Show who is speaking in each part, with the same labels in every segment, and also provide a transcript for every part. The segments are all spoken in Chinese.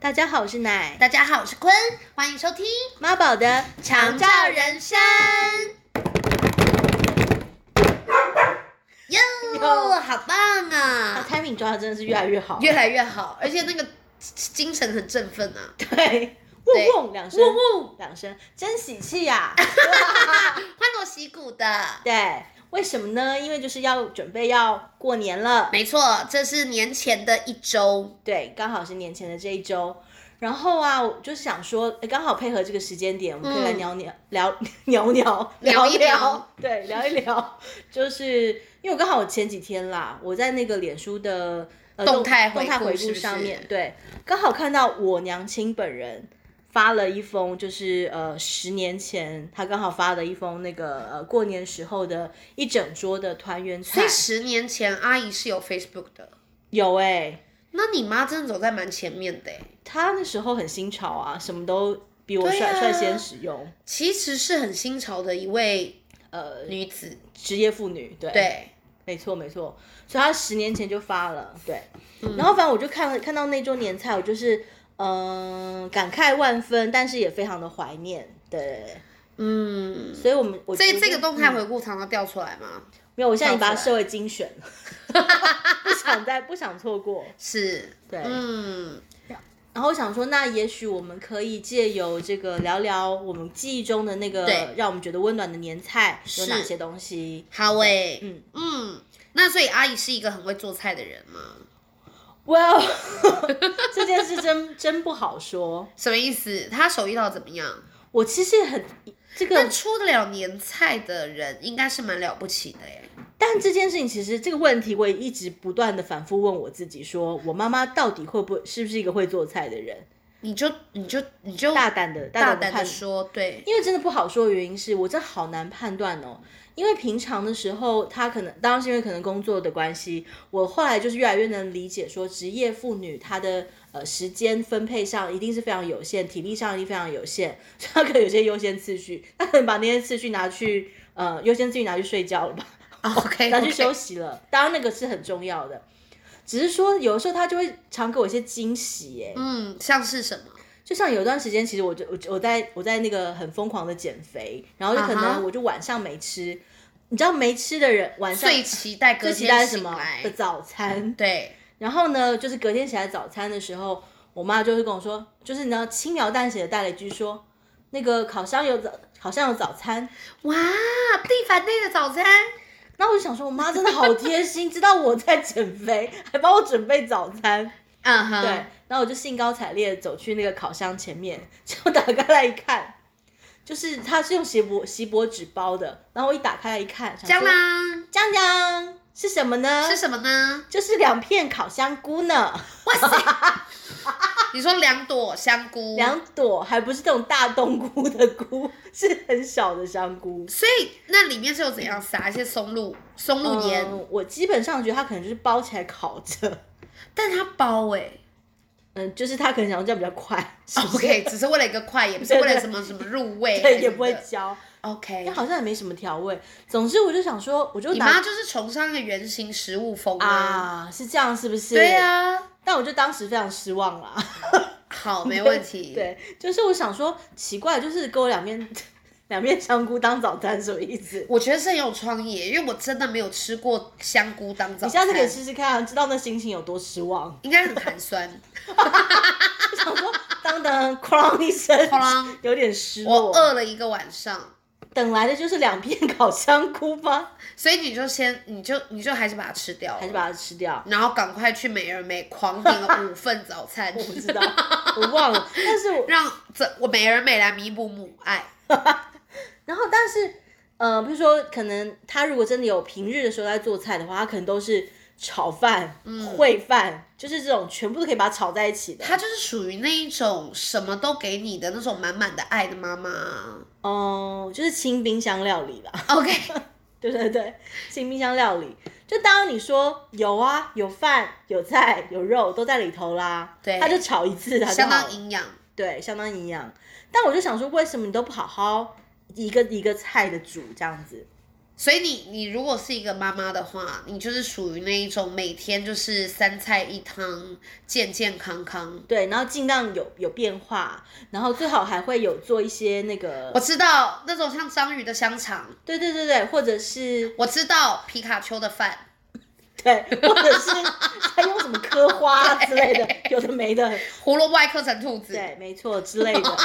Speaker 1: 大家好，我是奶
Speaker 2: 大家好，我是坤，欢迎收听《
Speaker 1: 妈宝的
Speaker 2: 长照人生》哟，
Speaker 1: 哟
Speaker 2: 好棒
Speaker 1: 啊
Speaker 2: 啊！
Speaker 1: ，timing 抓的真的是越来越好，
Speaker 2: 越来越好，而且那个精神很振奋啊！
Speaker 1: 对，
Speaker 2: 对
Speaker 1: 嗡嗡两声，
Speaker 2: 呜呜，
Speaker 1: 两声，真喜气呀、
Speaker 2: 欢锣喜鼓的。
Speaker 1: 对，为什么呢？因为就是要准备要过年了，
Speaker 2: 没错，这是年前的一周，
Speaker 1: 对，刚好是年前的这一周。然后啊，我就是想说，诶刚好配合这个时间点，我们可以来
Speaker 2: 嗯
Speaker 1: 聊聊聊 聊聊
Speaker 2: 聊一聊
Speaker 1: 对，聊一聊。就是因为我刚好我前几天啦，我在那个脸书的、呃、
Speaker 2: 动态
Speaker 1: 动
Speaker 2: 回顾
Speaker 1: 态回顾
Speaker 2: 是不是
Speaker 1: 上面，对，刚好看到我娘亲本人发了一封，就是呃十年前她刚好发了一封那个呃过年时候的一整桌的团圆菜
Speaker 2: 所以，十年前阿姨是有 Facebook 的。
Speaker 1: 有哎、
Speaker 2: 那你妈真的走在蛮前面的欸，
Speaker 1: 他那时候很新潮啊，什么都比我率
Speaker 2: 对啊
Speaker 1: 率先使用。
Speaker 2: 其实是很新潮的一位
Speaker 1: 呃，
Speaker 2: 女子。
Speaker 1: 职业妇女，对，
Speaker 2: 对，
Speaker 1: 没错没错，所以他十年前就发了，对。然后反正我就看了看到那桌年菜，我就是嗯、呃感慨万分，但是也非常的怀念，对对。对
Speaker 2: 嗯，
Speaker 1: 所以我们我
Speaker 2: 这
Speaker 1: 觉得
Speaker 2: 这个动态
Speaker 1: 嗯
Speaker 2: 回顾常常调出来吗？
Speaker 1: 没有，我现在已经把它
Speaker 2: 跳出
Speaker 1: 设
Speaker 2: 来
Speaker 1: 为精选 了，不想再不想错过。
Speaker 2: 是，对，嗯，
Speaker 1: 然后我想说，那也许我们可以借由这个聊聊我们记忆中的那个
Speaker 2: 对
Speaker 1: 让我们觉得温暖的年菜有哪些东西。
Speaker 2: 好诶、
Speaker 1: 嗯
Speaker 2: 嗯，那所以阿姨是一个很会做菜的人吗？
Speaker 1: Well，这 件事真真不好说。
Speaker 2: 什么意思？她手艺到怎么样？
Speaker 1: 我其实也很这个
Speaker 2: 但，出得了年菜的人应该是蛮了不起的耶。
Speaker 1: 但这件事情其实这个问题，我也一直不断的反复问我自己说，我妈妈到底会不会是不是一个会做菜的人？
Speaker 2: 你就你就你就
Speaker 1: 大胆的
Speaker 2: 大
Speaker 1: 大
Speaker 2: 胆
Speaker 1: 胆
Speaker 2: 的
Speaker 1: 的
Speaker 2: 说，对，
Speaker 1: 因为真的不好说的原因是我真的好难判断哦。因为平常的时候，她可能当然是因为可能工作的关系，我后来就是越来越能理解说，职业妇女她的呃时间分配上一定是非常有限，体力上一定非常有限，所以她可能有些优先次序，她可能把那些次序拿去呃优先次序拿去睡觉了吧。
Speaker 2: OK，
Speaker 1: 拿去休息了。当然那个是很重要的，只是说有的时候他就会常给我一些惊喜、耶。
Speaker 2: 嗯，像是什么？
Speaker 1: 就像有段时间，其实我就我我在我在那个很疯狂的减肥，然后就可
Speaker 2: 啊哈
Speaker 1: 能我就晚上没吃，你知道没吃的人晚上
Speaker 2: 最期待隔
Speaker 1: 最期待
Speaker 2: 天
Speaker 1: 是什
Speaker 2: 醒
Speaker 1: 么
Speaker 2: 来
Speaker 1: 的，早餐。
Speaker 2: 对，
Speaker 1: 然后呢，就是隔天起来早餐的时候，我妈就会跟我说，就是你知道轻描淡写的带了一句说，那个烤箱有早好像有早餐，
Speaker 2: 哇，地板内的早餐，
Speaker 1: 那我就想说，我妈真的好贴心，知道我在减肥，还帮我准备早餐。
Speaker 2: 嗯哼，
Speaker 1: 对，然后我就兴高采烈地走去那个烤箱前面， 结果打开来一看，就是它是用锡箔锡箔纸包的，然后我一打开来一看，想
Speaker 2: 江
Speaker 1: 说
Speaker 2: 啦，
Speaker 1: 江江是什么呢？
Speaker 2: 是什么呢？
Speaker 1: 就是两片烤香菇 呢，
Speaker 2: 哇塞，你说两朵香菇，
Speaker 1: 两朵，还不是这种大冬菇的菇， 是很小的香菇。
Speaker 2: 所以那里面是有怎样撒一些松露松露盐，
Speaker 1: 嗯，我基本上觉得它可能就是包起来烤着，
Speaker 2: 但它包哎、
Speaker 1: 嗯，就是它可能想要这样比较快，是 不是
Speaker 2: 哦 OK，只是为了一个快，也不是
Speaker 1: 对
Speaker 2: 为了
Speaker 1: 对
Speaker 2: 什么什么入 味，
Speaker 1: 对，也不会焦，
Speaker 2: OK
Speaker 1: 但。好像也没什么调味。总之，我就想说，我就
Speaker 2: 你
Speaker 1: 拿
Speaker 2: 妈就是崇尚一个原型食物风啊，
Speaker 1: 啊，是这样是不是？
Speaker 2: 对啊，
Speaker 1: 但我就当时非常失望啦。
Speaker 2: 好，没问 题。，
Speaker 1: 对，就是我想说，奇怪，就是给我两面 两面香菇当早餐，什么意思？
Speaker 2: 我觉得是很有创意，因为我真的没有吃过香菇当早餐，
Speaker 1: 你下次可以试试看啊，知道那心情有多失望。
Speaker 2: 应该很寒 酸。
Speaker 1: 我想说，当当哐啷一声，
Speaker 2: 哐啷
Speaker 1: 有点失落。
Speaker 2: 我饿了一个晚上，
Speaker 1: 等来的就是两片烤香菇吗？
Speaker 2: 所以你就先，你就你就还是把它吃掉了，
Speaker 1: 还是把它吃掉？
Speaker 2: 然后赶快去美而美狂点 了五份早餐，
Speaker 1: 我不知道，我忘了。但是我，
Speaker 2: 让这我美而美来弥补母爱。
Speaker 1: 然后但是，呃，比如说，可能他如果真的有平日的时候在做菜的话，他可能都是炒饭、
Speaker 2: 嗯
Speaker 1: 烩饭，就是这种全部都可以把它炒在一起的。
Speaker 2: 她就是属于那一种什么都给你的那种满满的爱的妈妈。
Speaker 1: 哦、就是清冰箱料理啦，
Speaker 2: OK，
Speaker 1: 对对对，清冰箱料理。就当你说有啊，有饭、有菜、有肉都在里头啦，
Speaker 2: 对
Speaker 1: 他就炒一次，他就
Speaker 2: 相
Speaker 1: 好
Speaker 2: 当
Speaker 1: 了，
Speaker 2: 营养。
Speaker 1: 对，相当营养。但我就想说，为什么你都不好好一个一个菜的煮这样子？
Speaker 2: 所以你你如果是一个妈妈的话，你就是属于那一种每天就是三菜一汤，健健康康。
Speaker 1: 对，然后尽量有有变化，然后最好还会有做一些那个，
Speaker 2: 我知道那种像章鱼的香肠，
Speaker 1: 对对对对，或者是
Speaker 2: 我知道皮卡丘的饭，
Speaker 1: 对，或者 是还用什么刻花之类的，有的没的，
Speaker 2: 胡萝卜爱刻成兔子。
Speaker 1: 对，没错之类的。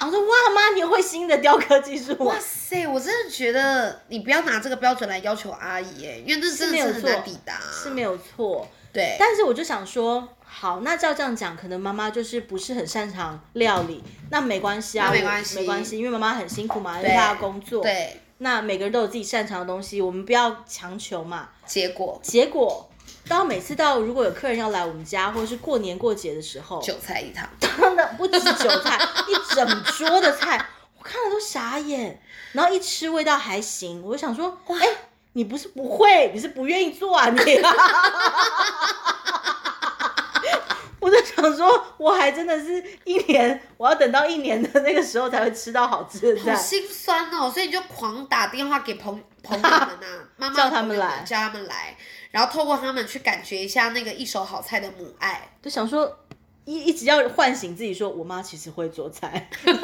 Speaker 1: 然后说哇妈，你会新的雕刻技术啊
Speaker 2: 哇？塞，我真的觉得你不要拿这个标准来要求阿姨、欸，因为这真的是
Speaker 1: 是
Speaker 2: 很
Speaker 1: 没有错
Speaker 2: 难抵达。
Speaker 1: 是没有错，
Speaker 2: 对，
Speaker 1: 但是我就想说，好，那照这样讲，可能妈妈就是不是很擅长料理，那没关系啊，
Speaker 2: 那没
Speaker 1: 我
Speaker 2: 关系
Speaker 1: 没关系，因为妈妈很辛苦嘛，因为
Speaker 2: 对
Speaker 1: 她要工作，
Speaker 2: 对，
Speaker 1: 那每个人都有自己擅长的东西，我们不要强求嘛。
Speaker 2: 结果
Speaker 1: 结果到每次到如果有客人要来我们家，或者是过年过节的时候，
Speaker 2: 韭菜一 汤。
Speaker 1: 真的不止韭菜，一整桌的菜，我看了都傻眼。然后一吃味道还行，我就想说，哎、你不是不会，你是不愿意做啊你 我在想说，我还真的是一年，我要等到一年的那个时候才会吃到好吃的
Speaker 2: 好
Speaker 1: 菜。
Speaker 2: 心酸哦，所以你就狂打电话给朋朋友们呐、 妈妈
Speaker 1: 叫
Speaker 2: 的
Speaker 1: 他
Speaker 2: 朋
Speaker 1: 们
Speaker 2: 友
Speaker 1: 来
Speaker 2: 叫他们来，然后透过他们去感觉一下那个一手好菜的母爱。
Speaker 1: 就想说一一直要唤醒自己说我妈其实会做菜，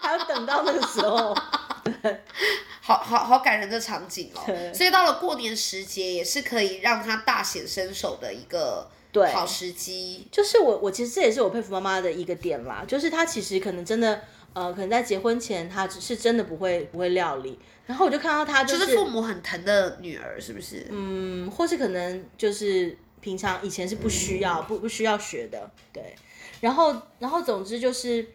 Speaker 1: 还要等到那个时候。
Speaker 2: 好好好感人的场景哦
Speaker 1: 对，
Speaker 2: 所以到了过年时节，也是可以让他大显身手的一个
Speaker 1: 对
Speaker 2: 好时机。
Speaker 1: 就是我，我其实这也是我佩服妈妈的一个点啦，就是她其实可能真的，呃，可能在结婚前她只是真的不会不会料理，然后我就看到她就，
Speaker 2: 就是是父母很疼的女儿，是不是？
Speaker 1: 嗯，或是可能就是平常以前是不需要、不不需要学的，对，然后然后总之就是，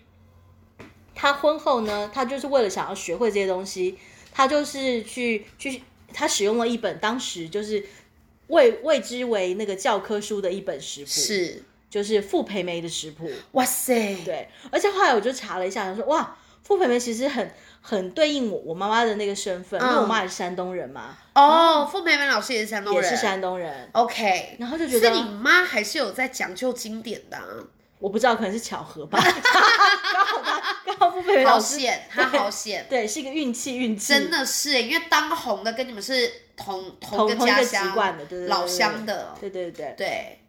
Speaker 1: 她婚后呢，她就是为了想要学会这些东西，她就是去去，她使用了一本当时就是为为之为那个教科书的一本食谱，
Speaker 2: 是，
Speaker 1: 就是傅培梅的食谱。
Speaker 2: 哇塞，
Speaker 1: 对，而且后来我就查了一下，想说哇，傅培梅其实很很对应我我妈妈的那个身份，因为我妈也是山东人嘛，
Speaker 2: 嗯哦，傅培梅老师也是山东
Speaker 1: 也
Speaker 2: 人，
Speaker 1: 是山东人。
Speaker 2: OK，
Speaker 1: 然后就觉得
Speaker 2: 是你妈还是有在讲究经典的、啊，
Speaker 1: 我不知道，可能是巧合 吧。刚好她刚好傅培梅
Speaker 2: 好
Speaker 1: 老师，
Speaker 2: 险，她好险，
Speaker 1: 对，是一个运气，运气
Speaker 2: 真的是耶、因为当红的跟你们是同同
Speaker 1: 同
Speaker 2: 个
Speaker 1: 同一
Speaker 2: 家
Speaker 1: 个籍
Speaker 2: 乡
Speaker 1: 贯的，对对对，
Speaker 2: 老
Speaker 1: 对
Speaker 2: 乡的，
Speaker 1: 对对对。
Speaker 2: 对，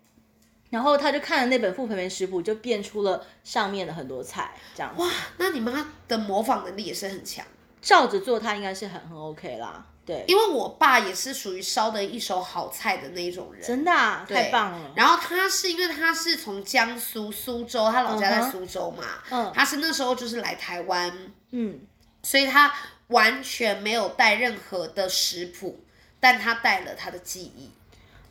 Speaker 1: 然后他就看了那本傅培梅食谱，就变出了上面的很多菜，这样
Speaker 2: 哇，那你妈的模仿能力也是很强，
Speaker 1: 照着做，他应该是很很 OK 啦。对，
Speaker 2: 因为我爸也是属于烧的一手好菜的那一种人。
Speaker 1: 真的、啊、
Speaker 2: 对
Speaker 1: 太棒了。
Speaker 2: 然后他是因为他是从江苏苏州，他老家
Speaker 1: 嗯
Speaker 2: 在
Speaker 1: 哼
Speaker 2: 苏州嘛，
Speaker 1: 嗯
Speaker 2: 他是那时候就是来台湾，
Speaker 1: 嗯，
Speaker 2: 所以他完全没有带任何的食谱，但他带了他的记忆。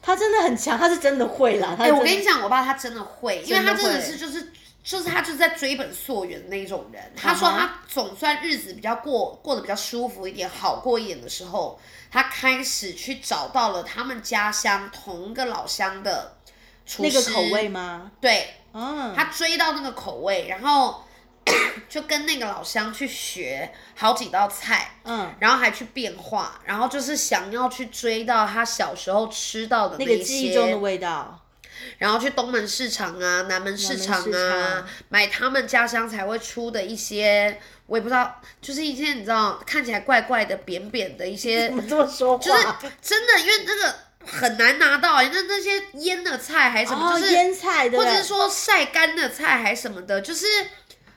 Speaker 1: 他真的很强，他是真的会啦。他
Speaker 2: 哎、
Speaker 1: 是
Speaker 2: 我
Speaker 1: 真
Speaker 2: 跟
Speaker 1: 的
Speaker 2: 你讲，我爸他真的会，因为他
Speaker 1: 真的
Speaker 2: 真
Speaker 1: 会
Speaker 2: 的是就是就是他就是在追本溯源的那一种人。他
Speaker 1: 嗯
Speaker 2: 说他总算日子比较过过得比较舒服一点，好过一点的时候，他开始去找到了他们家乡同个老乡的厨
Speaker 1: 那
Speaker 2: 师
Speaker 1: 个口味，吗？
Speaker 2: 对
Speaker 1: 啊，
Speaker 2: 他追到那个口味，然后就跟那个老乡去学好几道菜。
Speaker 1: 嗯，
Speaker 2: 然后还去变化，然后就是想要去追到他小时候吃到的
Speaker 1: 那个
Speaker 2: 一些
Speaker 1: 记忆中的味道，
Speaker 2: 然后去东门市场啊、南门市场
Speaker 1: 南门市
Speaker 2: 啊
Speaker 1: 场，
Speaker 2: 买他们家乡才会出的一些，我也不知道，就是一些你知道看起来怪怪的、扁扁的一些
Speaker 1: 怎，么这么说
Speaker 2: 就是
Speaker 1: 话？
Speaker 2: 真的，因为那个很难拿到、欸，那那些腌的菜还是什么，
Speaker 1: 哦，
Speaker 2: 就是
Speaker 1: 腌菜对
Speaker 2: 或
Speaker 1: 不
Speaker 2: 者是
Speaker 1: 对？
Speaker 2: 说晒干的菜还什么的，就是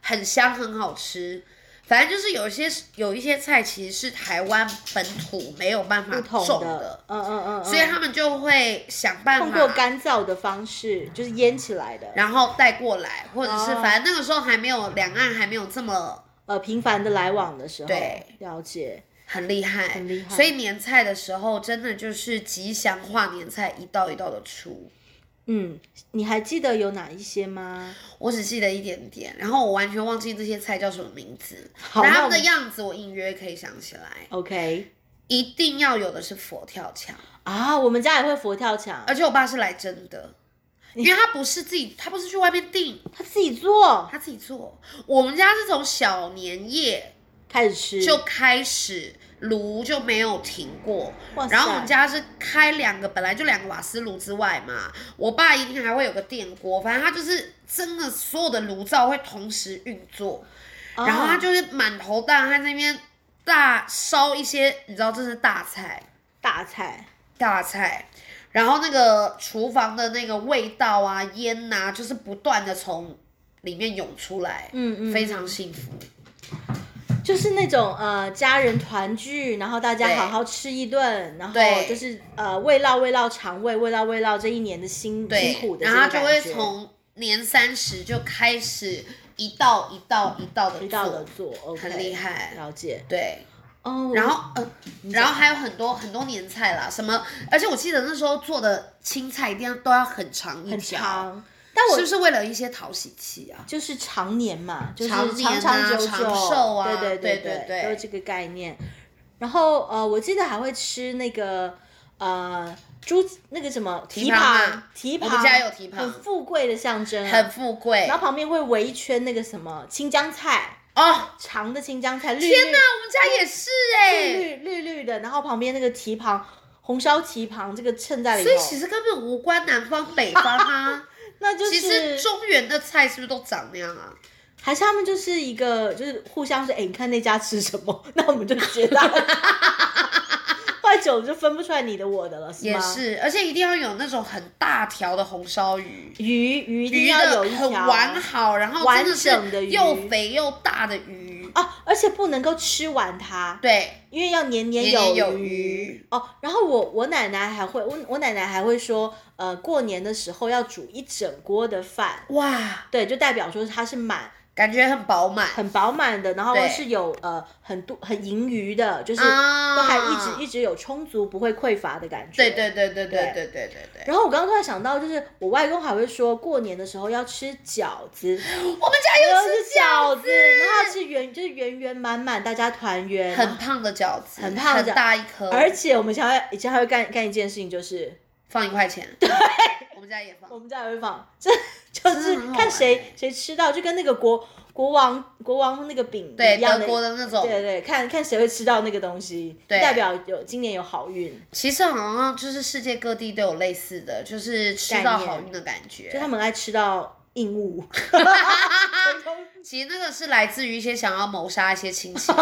Speaker 2: 很香很好吃。反正就是有一些有一些菜其实是台湾本土没有办法
Speaker 1: 不同
Speaker 2: 种
Speaker 1: 的，嗯嗯嗯，嗯
Speaker 2: 所以他们就会想办
Speaker 1: 通过
Speaker 2: 法，
Speaker 1: 干燥的方式，就是腌起来的，
Speaker 2: 然后带过来，或者是
Speaker 1: 哦
Speaker 2: 反正那个时候还没有两岸还没有这么
Speaker 1: 呃，频繁的来往的时候，
Speaker 2: 对，
Speaker 1: 了解，
Speaker 2: 很厉害，
Speaker 1: 很厉害
Speaker 2: 所以年菜的时候真的就是吉祥化年菜一道一道的出。
Speaker 1: 嗯，你还记得有哪一些吗？
Speaker 2: 我只记得一点点，然后我完全忘记这些菜叫什么名字，
Speaker 1: 好，
Speaker 2: 但他
Speaker 1: 那我
Speaker 2: 们
Speaker 1: 们
Speaker 2: 的样子我隐约可以想起来。
Speaker 1: OK
Speaker 2: 一定要有的是佛跳墙，
Speaker 1: 啊，我们家也会佛跳墙
Speaker 2: 而，且我爸是来真的，因为他不是自己，他不是去外面订，
Speaker 1: 他自己做
Speaker 2: 他自己做。我们家是从小年夜
Speaker 1: 开始吃，
Speaker 2: 就开始炉就没有停过，
Speaker 1: 哇塞
Speaker 2: 然后我们家是开两个，本来就两个瓦斯炉之外嘛，我爸一定还会有个电锅，反正他就是真的所有的炉灶会同时运作，
Speaker 1: 啊
Speaker 2: 然后他就是满头大汗在那边大烧一些，你知道这是大菜，
Speaker 1: 大菜，
Speaker 2: 大菜，然后那个厨房的那个味道啊、烟呐、就是不断的从里面涌出来，
Speaker 1: 嗯嗯，
Speaker 2: 非常幸福。
Speaker 1: 就是那种呃家人团聚，然后大家
Speaker 2: 对
Speaker 1: 好好吃一顿，然后
Speaker 2: 对
Speaker 1: 就是呃慰劳慰劳肠胃，慰劳慰劳这一年的辛嗯辛苦
Speaker 2: 对，
Speaker 1: 的这
Speaker 2: 然
Speaker 1: 个
Speaker 2: 后
Speaker 1: 感
Speaker 2: 就
Speaker 1: 觉，
Speaker 2: 会从年三十就开始一道一道一道的做，
Speaker 1: 一道的做，OK，
Speaker 2: 很厉害
Speaker 1: 了解
Speaker 2: 对，
Speaker 1: 哦。
Speaker 2: 然后呃，然后还有很多很多年菜啦，什么，而且我记得那时候做的青菜一定要都要很长一
Speaker 1: 很
Speaker 2: 条，
Speaker 1: 长，但我
Speaker 2: 是不是为了一些讨喜气啊？
Speaker 1: 就是常年嘛，就是
Speaker 2: 常年啊
Speaker 1: 长长久久，
Speaker 2: 长寿啊
Speaker 1: 对对
Speaker 2: 对
Speaker 1: 对
Speaker 2: 对对
Speaker 1: 都是这个概念。然后呃，我记得还会吃那个呃猪那个什么蹄
Speaker 2: 膀
Speaker 1: 膀
Speaker 2: 啊，
Speaker 1: 蹄
Speaker 2: 我
Speaker 1: 膀，
Speaker 2: 们家有蹄膀
Speaker 1: 很富贵的象征啊，
Speaker 2: 很富贵
Speaker 1: 然后旁边会围一圈那个什么青江菜，
Speaker 2: 哦！
Speaker 1: 长的青江菜，绿
Speaker 2: 天
Speaker 1: 绿
Speaker 2: 哪，我们家也是哎、
Speaker 1: 绿绿绿绿的，然后旁边那个蹄膀，红烧蹄膀这个衬在里
Speaker 2: 所以
Speaker 1: 头
Speaker 2: 其，实根本无关南方北方啊。
Speaker 1: 那就
Speaker 2: 其实
Speaker 1: 是
Speaker 2: 中原的菜是不是都长那样啊？
Speaker 1: 还是他们就是一个就是互相是哎，你看那家吃什么， 那我们就接到。 坏久了就分不出来你的我的了，是啊
Speaker 2: 也
Speaker 1: 吗？
Speaker 2: 是，而且一定要有那种很大条的红烧鱼，
Speaker 1: 鱼鱼一定
Speaker 2: 鱼
Speaker 1: 要有
Speaker 2: 的
Speaker 1: 一
Speaker 2: 很
Speaker 1: 条
Speaker 2: 完好，然后真
Speaker 1: 完整的
Speaker 2: 是
Speaker 1: 鱼
Speaker 2: 又肥又大的鱼。
Speaker 1: 啊，而且不能够吃完它，
Speaker 2: 对，
Speaker 1: 因为要年年
Speaker 2: 年年
Speaker 1: 有
Speaker 2: 有余
Speaker 1: 哦。然后我我奶奶还会，我我奶奶还会说，呃，过年的时候要煮一整锅的饭，
Speaker 2: 哇，
Speaker 1: 对，就代表说它是满
Speaker 2: 感觉很饱满
Speaker 1: 很饱满的，然后
Speaker 2: 对
Speaker 1: 是有呃很多很盈余的，就是
Speaker 2: 啊，
Speaker 1: 都还一直一直有充足，不会匮乏的感觉。
Speaker 2: 对。对对对对
Speaker 1: 对
Speaker 2: 对对对对，
Speaker 1: 然后我刚刚突然想到，就是我外公还会说，过年的时候要吃饺子，
Speaker 2: 我们家
Speaker 1: 要
Speaker 2: 有
Speaker 1: 吃饺子，然后要吃圆，就是圆圆满满，大家团圆，
Speaker 2: 很胖的饺子，
Speaker 1: 很胖的饺
Speaker 2: 很大一颗，
Speaker 1: 而且我们小孩以前还会干干一件事情，就是
Speaker 2: 放一块钱。对，我们家也放
Speaker 1: 我。们家还会放，这就
Speaker 2: 真
Speaker 1: 是
Speaker 2: 的很好
Speaker 1: 看
Speaker 2: 玩
Speaker 1: 谁
Speaker 2: 欸
Speaker 1: 谁吃到，就跟那个国国王国王那个饼
Speaker 2: 对，
Speaker 1: 一样
Speaker 2: 德国的那种，
Speaker 1: 对对，看看谁会吃到那个东西，
Speaker 2: 对
Speaker 1: 代表有今年有好运，
Speaker 2: 其实好像就是世界各地都有类似的，就是吃到好运的感
Speaker 1: 就他
Speaker 2: 觉。
Speaker 1: 们爱吃到硬 物，
Speaker 2: 其实那个是来自于一些想要谋杀一些亲 戚、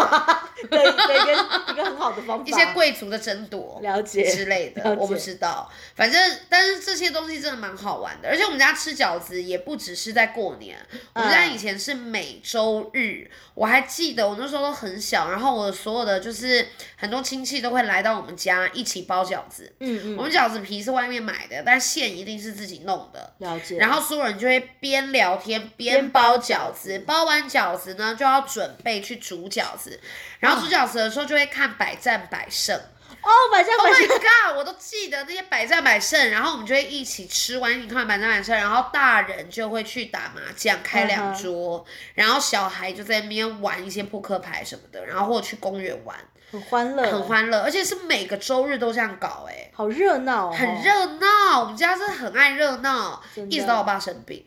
Speaker 1: 对对，一个一个很好的方法，
Speaker 2: 一些贵族的争夺
Speaker 1: 了解
Speaker 2: 之类的
Speaker 1: 了，解
Speaker 2: 我不知道。反正，但是这些东西真的蛮好玩的。而且我们家吃饺子也不只是在过年，
Speaker 1: 嗯
Speaker 2: 我们家以前是每周日。我还记得我那时候都很小，然后我所有的就是很多亲戚都会来到我们家一起包饺子。
Speaker 1: 嗯
Speaker 2: 我
Speaker 1: 嗯，
Speaker 2: 们饺子皮是外面买的，但馅一定是自己弄的。
Speaker 1: 了解，
Speaker 2: 然后所有人就会边聊天边
Speaker 1: 边包
Speaker 2: 包
Speaker 1: 饺
Speaker 2: 饺
Speaker 1: 子
Speaker 2: 子，包完饺子呢就要准备去煮饺子，然后煮饺子的时候就会看百战百胜。
Speaker 1: 哦，反正
Speaker 2: Oh
Speaker 1: 反
Speaker 2: my
Speaker 1: 正
Speaker 2: god！我都记得那些百战百胜，然后我们就会一起吃完一块百战百胜，然后大人就会去打麻将，开两
Speaker 1: 嗯哼
Speaker 2: 桌，然后小孩就在那边玩一些扑克牌什么的，然后或者去公园玩，
Speaker 1: 很欢乐，
Speaker 2: 很，欢乐，而且是每个周日都这样搞、欸，
Speaker 1: 好热闹哦，
Speaker 2: 哎，很热闹。我们家真的很爱热闹，
Speaker 1: 真的
Speaker 2: 一直到我爸生病。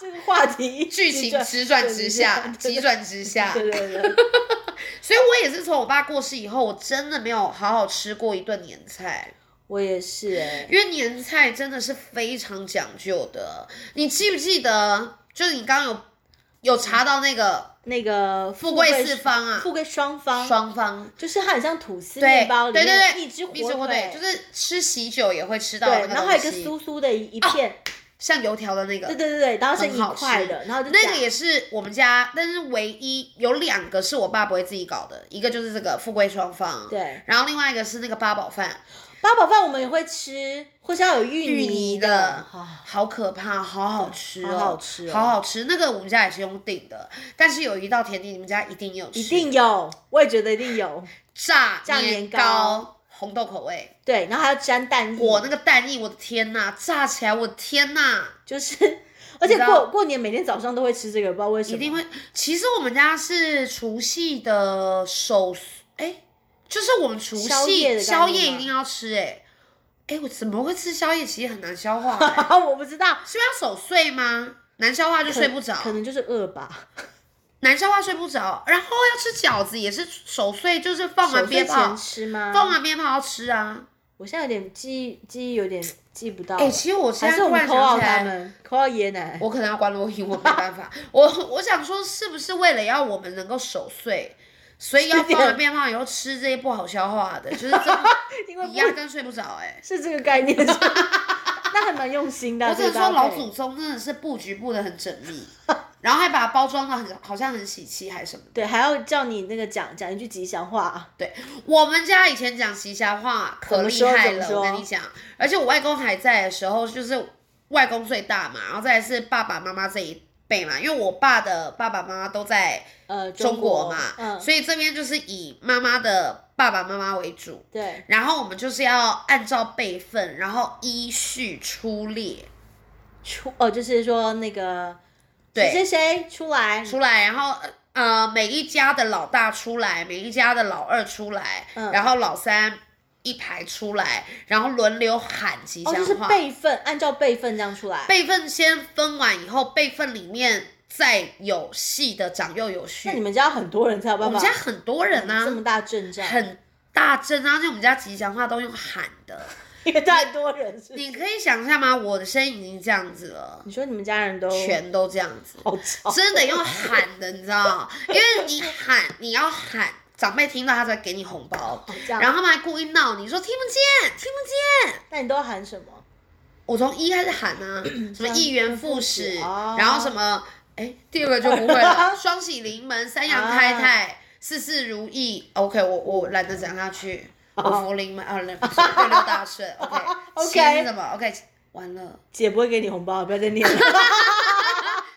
Speaker 1: 这个话题
Speaker 2: 剧情直转直下，急
Speaker 1: 急
Speaker 2: 转直下。
Speaker 1: 对对对，
Speaker 2: 所以我也是从我爸过世以后，我真的没有好好吃过一顿年菜，
Speaker 1: 我也 是哎，
Speaker 2: 因为年菜真的是非常讲究的。你记不记得？就是你刚刚有有查到那个
Speaker 1: 那个富
Speaker 2: 富贵四方啊，
Speaker 1: 富贵双方，
Speaker 2: 双方。
Speaker 1: 就是它很像吐司
Speaker 2: 对
Speaker 1: 面包
Speaker 2: 对
Speaker 1: 里
Speaker 2: 对
Speaker 1: 面
Speaker 2: 对，
Speaker 1: 一只火
Speaker 2: 蜜汁火腿就是吃喜酒也会吃到那
Speaker 1: 对，
Speaker 2: 个东西，
Speaker 1: 然后还有一个酥酥的一一片，
Speaker 2: 像油条的那个
Speaker 1: 对，对对对，然后是
Speaker 2: 很好
Speaker 1: 一块
Speaker 2: 吃
Speaker 1: 的，然后就
Speaker 2: 那
Speaker 1: 夹
Speaker 2: 个也是我们家，但是唯一有两个是我爸不会自己搞的，一个就是这个富贵双方，
Speaker 1: 对
Speaker 2: 然后另外一个是那个八宝饭，
Speaker 1: 八宝饭我们也会吃，或是要有芋
Speaker 2: 芋泥
Speaker 1: 泥
Speaker 2: 的
Speaker 1: 啊
Speaker 2: 好可怕，好好吃哦，
Speaker 1: 好好吃哦
Speaker 2: 好好吃。那个我们家也是用订的，但是有一道甜点，你们家一定有吃，
Speaker 1: 一定有，我也觉得一定有。
Speaker 2: 炸
Speaker 1: 炸
Speaker 2: 年
Speaker 1: 年糕
Speaker 2: 糕，红豆口味，哦
Speaker 1: 对，然后还要沾蛋液，
Speaker 2: 我那个蛋液，我的天呐，炸起来，我的天呐！
Speaker 1: 就是， 而且
Speaker 2: 你知道
Speaker 1: 过过年每天早上都会吃这个，不知道为什么。
Speaker 2: 一定会。其实我们家是除夕的首，哎，就是我们除夕
Speaker 1: 宵夜的概念
Speaker 2: 宵夜
Speaker 1: 吗
Speaker 2: 一定要吃，哎，哎，我怎么会吃宵夜？其实很难消 化欸，
Speaker 1: 啊我不知道，
Speaker 2: 是因为要守岁吗？难消化就睡不着，
Speaker 1: 可能就是饿吧。
Speaker 2: 难消化睡不着，然后要吃饺子也是守岁，就是放完
Speaker 1: 守
Speaker 2: 鞭
Speaker 1: 岁
Speaker 2: 炮
Speaker 1: 前，吃吗？
Speaker 2: 放完鞭炮要吃啊。
Speaker 1: 我现在有点记忆记忆有点记不到了，
Speaker 2: 哎、其实我现
Speaker 1: 还
Speaker 2: 在
Speaker 1: 是我
Speaker 2: 突
Speaker 1: 们
Speaker 2: 然
Speaker 1: 扣奥
Speaker 2: 想起
Speaker 1: 他
Speaker 2: 来，
Speaker 1: 们，扣奥爷奶。
Speaker 2: 我可能要关录音，我没办法。 我我想说，是不是为了要我们能够守岁，所以要放了鞭炮以后吃这些不好消化的，就是真
Speaker 1: 因
Speaker 2: 的
Speaker 1: 为
Speaker 2: 你
Speaker 1: 不
Speaker 2: 压根睡不着哎、
Speaker 1: 是这个概 念，是吧那还蛮用心的啊。
Speaker 2: 我只能
Speaker 1: 这个搭
Speaker 2: 说老
Speaker 1: 配
Speaker 2: 祖宗真的是布局布的很缜密，然后还把它包装的很好像很喜气还是什么的。
Speaker 1: 对，还要叫你那个讲讲一句吉祥话啊，
Speaker 2: 对我们家以前讲吉祥话可
Speaker 1: 怎么
Speaker 2: 厉害
Speaker 1: 说
Speaker 2: 了，
Speaker 1: 怎么
Speaker 2: 我跟你
Speaker 1: 说
Speaker 2: 讲，而且我外公还在的时候，就是外公最大嘛，然后再来是爸爸妈妈这一辈嘛，因为我爸的爸爸妈妈都在
Speaker 1: 呃，
Speaker 2: 中国嘛，
Speaker 1: 嗯，
Speaker 2: 所以这边就是以妈妈的爸爸妈妈为主，
Speaker 1: 对，
Speaker 2: 然后我们就是要按照辈分，然后依序出列。
Speaker 1: 出哦，就是说那个谁
Speaker 2: 对
Speaker 1: 谁谁出来，
Speaker 2: 出来，然后呃呃，每一家的老大出来，每一家的老二出来，
Speaker 1: 嗯
Speaker 2: 然后老三一排出来，然后轮流喊吉
Speaker 1: 哦，
Speaker 2: 祥
Speaker 1: 就是
Speaker 2: 话。
Speaker 1: 辈分，按照辈分这样出来，
Speaker 2: 辈分先分完以后，辈分里面再有细的长幼有序
Speaker 1: 那你。们家很多人才有
Speaker 2: 我
Speaker 1: 办法，
Speaker 2: 们家很多人
Speaker 1: 这么
Speaker 2: 啊，
Speaker 1: 大阵仗，
Speaker 2: 很大阵啊，而且我们家吉祥话都用喊的。
Speaker 1: 因为太多人是。
Speaker 2: 你可以想象吗？我的声音已经这样子了，
Speaker 1: 你说你们家人都
Speaker 2: 全都这样子。
Speaker 1: 好吵，
Speaker 2: 真的用喊的，你知 道吗？因为你喊，你要喊，长辈听到他才给你红包，
Speaker 1: 哦这样。
Speaker 2: 然后他们还故意闹你说听不见，听不见。
Speaker 1: 那你都喊什么？
Speaker 2: 我从一开始喊啊，什么一元复始，
Speaker 1: 嗯哦
Speaker 2: 然后什么，哎，第二个就不会 了，双喜临门，三阳开
Speaker 1: 啊
Speaker 2: 泰，事事如意。OK，我我懒得讲下去，我福临门啊，不是六六大顺。OK，
Speaker 1: 哦 OK
Speaker 2: 七是什么？OK，完了，
Speaker 1: 姐不会给你红包，不要再念了，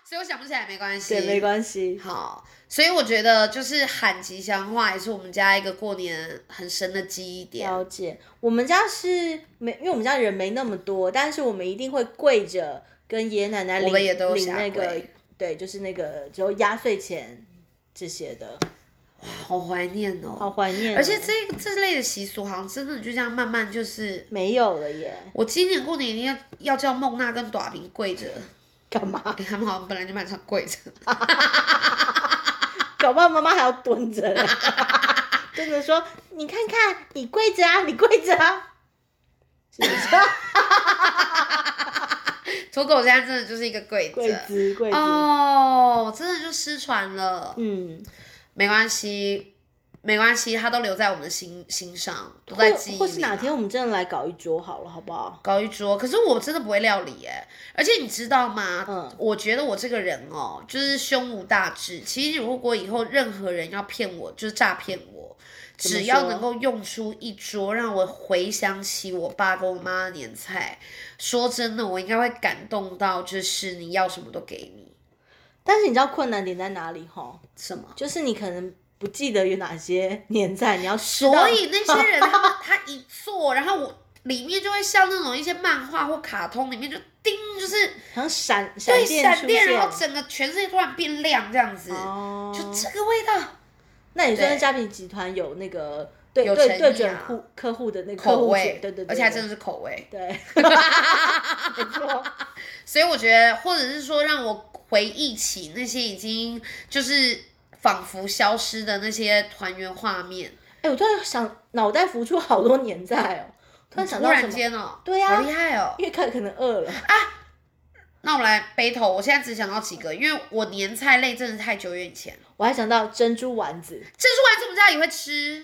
Speaker 2: 所以我想不起来没关系，
Speaker 1: 对，没关系。
Speaker 2: 好，所以我觉得就是喊吉祥话也是我们家一个过年很深的记忆点。
Speaker 1: 了解，我们家是没，因为我们家人没那么多，但是我们一定会跪着跟爷爷奶奶
Speaker 2: 我们
Speaker 1: 领
Speaker 2: 也都有
Speaker 1: 领
Speaker 2: 下
Speaker 1: 那个
Speaker 2: 跪，
Speaker 1: 对，就是那个只有压岁钱这些的，
Speaker 2: 好怀念哦，
Speaker 1: 好怀念哦、
Speaker 2: 而且这个这类的习俗好像真的就这样慢慢就是，
Speaker 1: 没有了耶，
Speaker 2: 我今年过年一定要要叫孟娜跟短平跪着，
Speaker 1: 干嘛？
Speaker 2: 诶他们好像本来就蛮常跪着。
Speaker 1: 搞不好妈妈还要蹲着 嘞，蹲着说：“你看看，你跪着啊，你跪着 啊。”是不是？
Speaker 2: 土狗现在真的就是一个跪
Speaker 1: 跪
Speaker 2: 着。
Speaker 1: 姿，跪姿。
Speaker 2: 哦，真的就失传了，
Speaker 1: 嗯，
Speaker 2: 没关系，没关系，它都留在我们的心心上，都在
Speaker 1: 或
Speaker 2: 记忆里啊
Speaker 1: 或是哪
Speaker 2: 嘛
Speaker 1: 天我们真的来搞一桌好了，好不好？
Speaker 2: 搞一桌，可是我真的不会料理哎，而且你知道吗？
Speaker 1: 嗯
Speaker 2: 我觉得我这个人哦，就是胸无大志。其实如果以后任何人要骗我，就是诈骗我，
Speaker 1: 么
Speaker 2: 只要
Speaker 1: 说
Speaker 2: 能够用出一桌让我回想起我爸跟我妈的年菜，说真的，我应该会感动到，就是你要什么都给你
Speaker 1: 但是你知道困难点在哪里吼？
Speaker 2: 什么。
Speaker 1: 就是你可能不记得有哪些年在，你要知道
Speaker 2: 所以那些人他们他一做，然后我里面就会像那种一些漫画或卡通里面就叮，就是。
Speaker 1: 好像闪
Speaker 2: 对，
Speaker 1: 闪电出
Speaker 2: 闪电，然后
Speaker 1: 现。
Speaker 2: 整个全世界突然变亮这样子，
Speaker 1: 哦，
Speaker 2: 就这个味道，
Speaker 1: 那你说那
Speaker 2: 对
Speaker 1: 家庭集团有那个对
Speaker 2: 有诚
Speaker 1: 对
Speaker 2: 意
Speaker 1: 对准
Speaker 2: 啊
Speaker 1: 户客户的那个
Speaker 2: 口
Speaker 1: 户
Speaker 2: 味
Speaker 1: 群，对对对，
Speaker 2: 而且还
Speaker 1: 对
Speaker 2: 真的是口味。
Speaker 1: 对，没错，
Speaker 2: 所以我觉得，或者是说让我回忆起那些已经就是仿佛消失的那些团圆画面，
Speaker 1: 哎、我突然想，脑袋浮出好多年在哦，突然想
Speaker 2: 突
Speaker 1: 到什
Speaker 2: 然
Speaker 1: 么？
Speaker 2: 间哦，
Speaker 1: 对啊呀
Speaker 2: 好厉害哦。
Speaker 1: 因为看可能饿了，
Speaker 2: 那我们来 battle，我现在只想到几个，因为我年菜类真的太久远以前了。我
Speaker 1: 我还想到珍珠丸子，
Speaker 2: 珍珠丸子我们家也会 吃，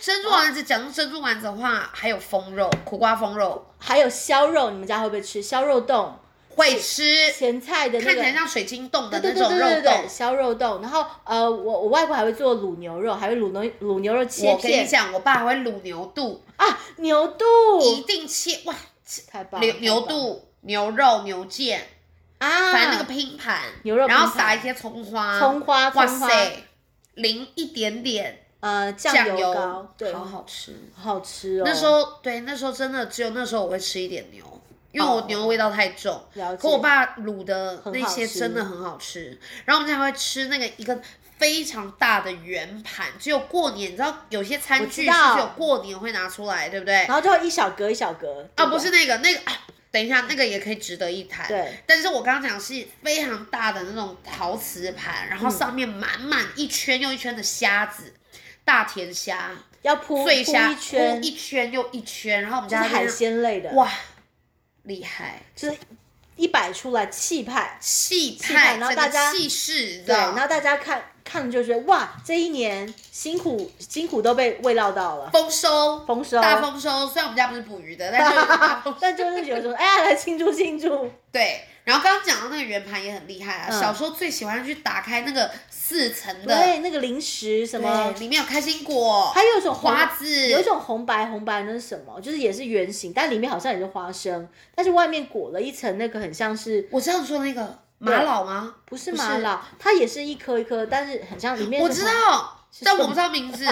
Speaker 2: 珍珠丸子讲到珍珠丸子的话，还有风肉，苦瓜风肉
Speaker 1: 还有削肉，你们家会不会吃削肉冻？
Speaker 2: 会吃，
Speaker 1: 前菜的那
Speaker 2: 看起来
Speaker 1: 个。
Speaker 2: 像水晶冻的
Speaker 1: 对
Speaker 2: 那
Speaker 1: 对
Speaker 2: 种
Speaker 1: 对
Speaker 2: 肉
Speaker 1: 对对对，
Speaker 2: 冻。
Speaker 1: 削肉冻，然后呃，我我外婆还会做卤牛肉，还会卤牛卤牛肉切
Speaker 2: 我跟你
Speaker 1: 片
Speaker 2: 讲，我爸还会卤牛肚，
Speaker 1: 啊，牛肚
Speaker 2: 一定切哇，
Speaker 1: 太棒了，
Speaker 2: 牛
Speaker 1: 太
Speaker 2: 牛
Speaker 1: 棒了
Speaker 2: 肚、牛肉、牛腱，
Speaker 1: 啊，
Speaker 2: 反正那个拼盘，
Speaker 1: 牛肉拼
Speaker 2: 然
Speaker 1: 盘
Speaker 2: 后撒一些葱花，
Speaker 1: 葱花
Speaker 2: 哇
Speaker 1: 葱花
Speaker 2: 塞，淋一点点
Speaker 1: 呃酱
Speaker 2: 酱
Speaker 1: 油膏，对，
Speaker 2: 好
Speaker 1: 好
Speaker 2: 好吃。
Speaker 1: 好吃哦。
Speaker 2: 那时候对，那时候真的只有那时候我会吃一点牛，因为我
Speaker 1: 哦
Speaker 2: 牛味道太重。
Speaker 1: 了解，
Speaker 2: 可我爸卤的那
Speaker 1: 好
Speaker 2: 些
Speaker 1: 吃
Speaker 2: 真的很好吃，然后我们家还会吃那个一个非常大的圆盘，只有过年，你知道有些餐具
Speaker 1: 我
Speaker 2: 是
Speaker 1: 知道
Speaker 2: 只有过年会拿出来，对不对？
Speaker 1: 然后就会一小格一小格
Speaker 2: 啊，
Speaker 1: 对
Speaker 2: 不是那个，那个，啊等一下，那个也可以值得一谈。
Speaker 1: 对，
Speaker 2: 但是我刚刚讲是非常
Speaker 1: 嗯
Speaker 2: 大的那种陶瓷盘，然后上面满满一圈又一圈的虾子，大甜虾、
Speaker 1: 要铺铺
Speaker 2: 醉虾，
Speaker 1: 一
Speaker 2: 铺
Speaker 1: 圈，
Speaker 2: 一圈又一圈，然后我们
Speaker 1: 就是
Speaker 2: 家那边
Speaker 1: 海鲜类的，
Speaker 2: 哇，厉害，
Speaker 1: 就是一摆出来气派。
Speaker 2: 气
Speaker 1: 气派
Speaker 2: 派，
Speaker 1: 然后
Speaker 2: 整
Speaker 1: 大
Speaker 2: 个
Speaker 1: 家
Speaker 2: 气势，
Speaker 1: 对，
Speaker 2: 对啊
Speaker 1: 然后大家看看了就觉得哇，这一年辛苦辛苦都被喂料到了，
Speaker 2: 丰收，
Speaker 1: 丰收
Speaker 2: 大丰收。虽然我们家不是捕鱼的， 但就是大丰收。
Speaker 1: 但就是觉得 说，哎呀，来庆祝庆祝，
Speaker 2: 对，然后刚刚讲到那个圆盘也很厉害啊，
Speaker 1: 嗯
Speaker 2: 小时候最喜欢去打开那个四层的，
Speaker 1: 对，那个零食什么
Speaker 2: 对，，里面有开心果，
Speaker 1: 还有一种红
Speaker 2: 花子，
Speaker 1: 有一种红白红白那是什么？就是也是圆形，但里面好像也是花生，但是外面裹了一层那个很像是
Speaker 2: 我知道你说那个玛瑙吗？
Speaker 1: 不是
Speaker 2: 不是
Speaker 1: 玛瑙？它也是一颗一颗，但是很像里面
Speaker 2: 我
Speaker 1: 是
Speaker 2: 知
Speaker 1: 红。
Speaker 2: 道，但
Speaker 1: 什么
Speaker 2: 我不知道 名字。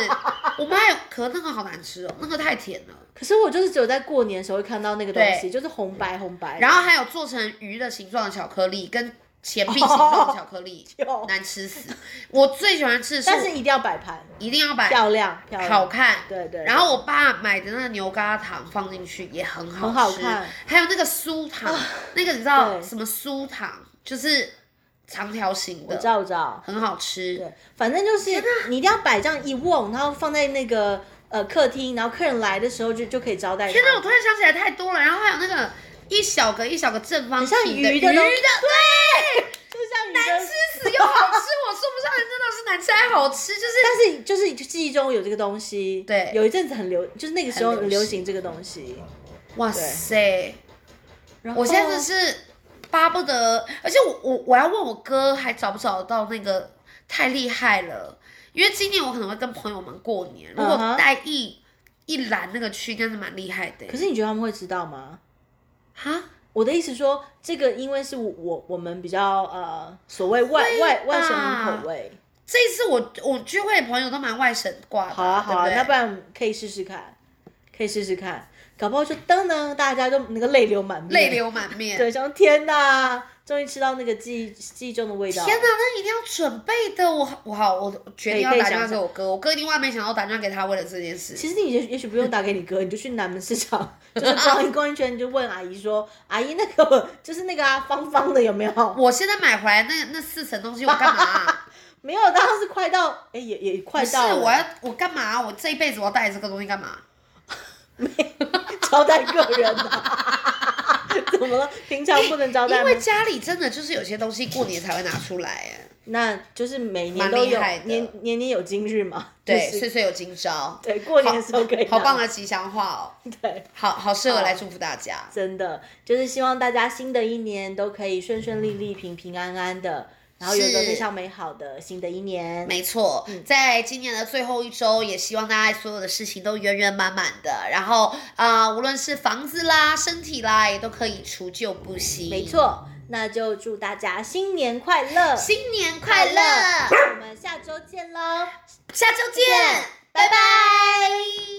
Speaker 2: 我妈有，可那个好难吃哦，那个太甜了。
Speaker 1: 可是我就是只有在过年的时候会看到那个东西，
Speaker 2: 对
Speaker 1: 就是红白红白。
Speaker 2: 然后还有做成鱼的形状的巧克力，跟钱币形状的巧克力，
Speaker 1: 有，
Speaker 2: 难吃死。我最喜欢吃的是，
Speaker 1: 但是一定要摆盘，
Speaker 2: 一定要把
Speaker 1: 漂亮漂亮，
Speaker 2: 好看。
Speaker 1: 对对。
Speaker 2: 然后我爸买的那个牛轧糖放进去也很好
Speaker 1: 很
Speaker 2: 吃，
Speaker 1: 好看啊
Speaker 2: 还有那个酥糖，那个你知道
Speaker 1: 对
Speaker 2: 什么酥糖，就是长条形
Speaker 1: 我
Speaker 2: 的
Speaker 1: 知，道我知道，
Speaker 2: 很好吃。
Speaker 1: 对，反正就是你一定要摆这样一瓮，然后放在那个呃客厅，然后客人来的时候就就可以招待他。
Speaker 2: 天哪，我突然想起来太多了。然后还有那个一小个一小个正方
Speaker 1: 很
Speaker 2: 形
Speaker 1: 像
Speaker 2: 的
Speaker 1: 鱼
Speaker 2: 鱼
Speaker 1: 的
Speaker 2: 的，
Speaker 1: 东西
Speaker 2: 对，
Speaker 1: 就像
Speaker 2: 难
Speaker 1: 难
Speaker 2: 吃死又好吃，我说不上来，真的是难吃还好吃，就是
Speaker 1: 但是就是记忆中有这个东西，
Speaker 2: 对
Speaker 1: 有一阵子很流，就是那个时候
Speaker 2: 很
Speaker 1: 很
Speaker 2: 流
Speaker 1: 流
Speaker 2: 行
Speaker 1: 行这个东西。
Speaker 2: 哇塞！
Speaker 1: 然后
Speaker 2: 我现在是巴不得，而且我我我要问我哥还找不找得到那个，太厉害了，因为今年我可能会跟朋友们过年，如果
Speaker 1: 嗯哼
Speaker 2: 带一一篮那个去，应该是蛮厉害的
Speaker 1: 可。是你觉得他们会知道吗？
Speaker 2: 哈，
Speaker 1: 我的意思说，这个因为是我我们比较呃所谓外外外省人口味，
Speaker 2: 这一次我我聚会的朋友都蛮外省挂的，
Speaker 1: 好啊好啊，
Speaker 2: 对
Speaker 1: 那不
Speaker 2: 不对？
Speaker 1: 然可以试试看，可以试试看，搞不好就噔噔，大家都那个泪流满面，
Speaker 2: 泪流满 面。
Speaker 1: 对，想说天哪，终于吃到那个记忆记忆中的味道，
Speaker 2: 天哪，那一定要准备的！我好我好，我决定要
Speaker 1: 可以可以
Speaker 2: 打电话
Speaker 1: 想
Speaker 2: 给我哥，我哥另外没想到打电话给他为了这件事。
Speaker 1: 其实你也也许不用打给你哥，你就去南门市 场，就是逛一逛一圈，你就问阿姨说：“阿姨，那个就是那个啊，方方的有没有
Speaker 2: 我现在买回来那那四层东西我干嘛啊、？”
Speaker 1: 没有，当然是快到，哎、也也快
Speaker 2: 不是
Speaker 1: 到了。
Speaker 2: 我要我干嘛？我这一辈子我要带着这个东西 干嘛？
Speaker 1: 招待客人、啊， 怎么了？平常不能招待
Speaker 2: 因
Speaker 1: 吗？
Speaker 2: 为家里真的就是有些东西过年才会拿出来，哎，
Speaker 1: 那就是每年
Speaker 2: 蛮
Speaker 1: 都
Speaker 2: 厉
Speaker 1: 有
Speaker 2: 害的
Speaker 1: 年年年有今日嘛，
Speaker 2: 对，
Speaker 1: 就是
Speaker 2: 岁岁有今朝，
Speaker 1: 对，过年的时候可以
Speaker 2: 好棒
Speaker 1: 啊，
Speaker 2: 的吉祥话哦，
Speaker 1: 对。
Speaker 2: 好好适合来祝福大家。
Speaker 1: 真的就是希望大家新的一年都可以顺顺利利、平平安安的，然后有一个
Speaker 2: 是
Speaker 1: 非常美好的新的一年。
Speaker 2: 没错，
Speaker 1: 嗯
Speaker 2: 在今年的最后一周，也希望大家所有的事情都圆圆满满的。然后啊、呃无论是房子啦、身体啦，也都可以除旧布新。
Speaker 1: 没，错，那就祝大家新年快乐，
Speaker 2: 新年快乐，
Speaker 1: 我们下周见喽，
Speaker 2: 下周见，拜拜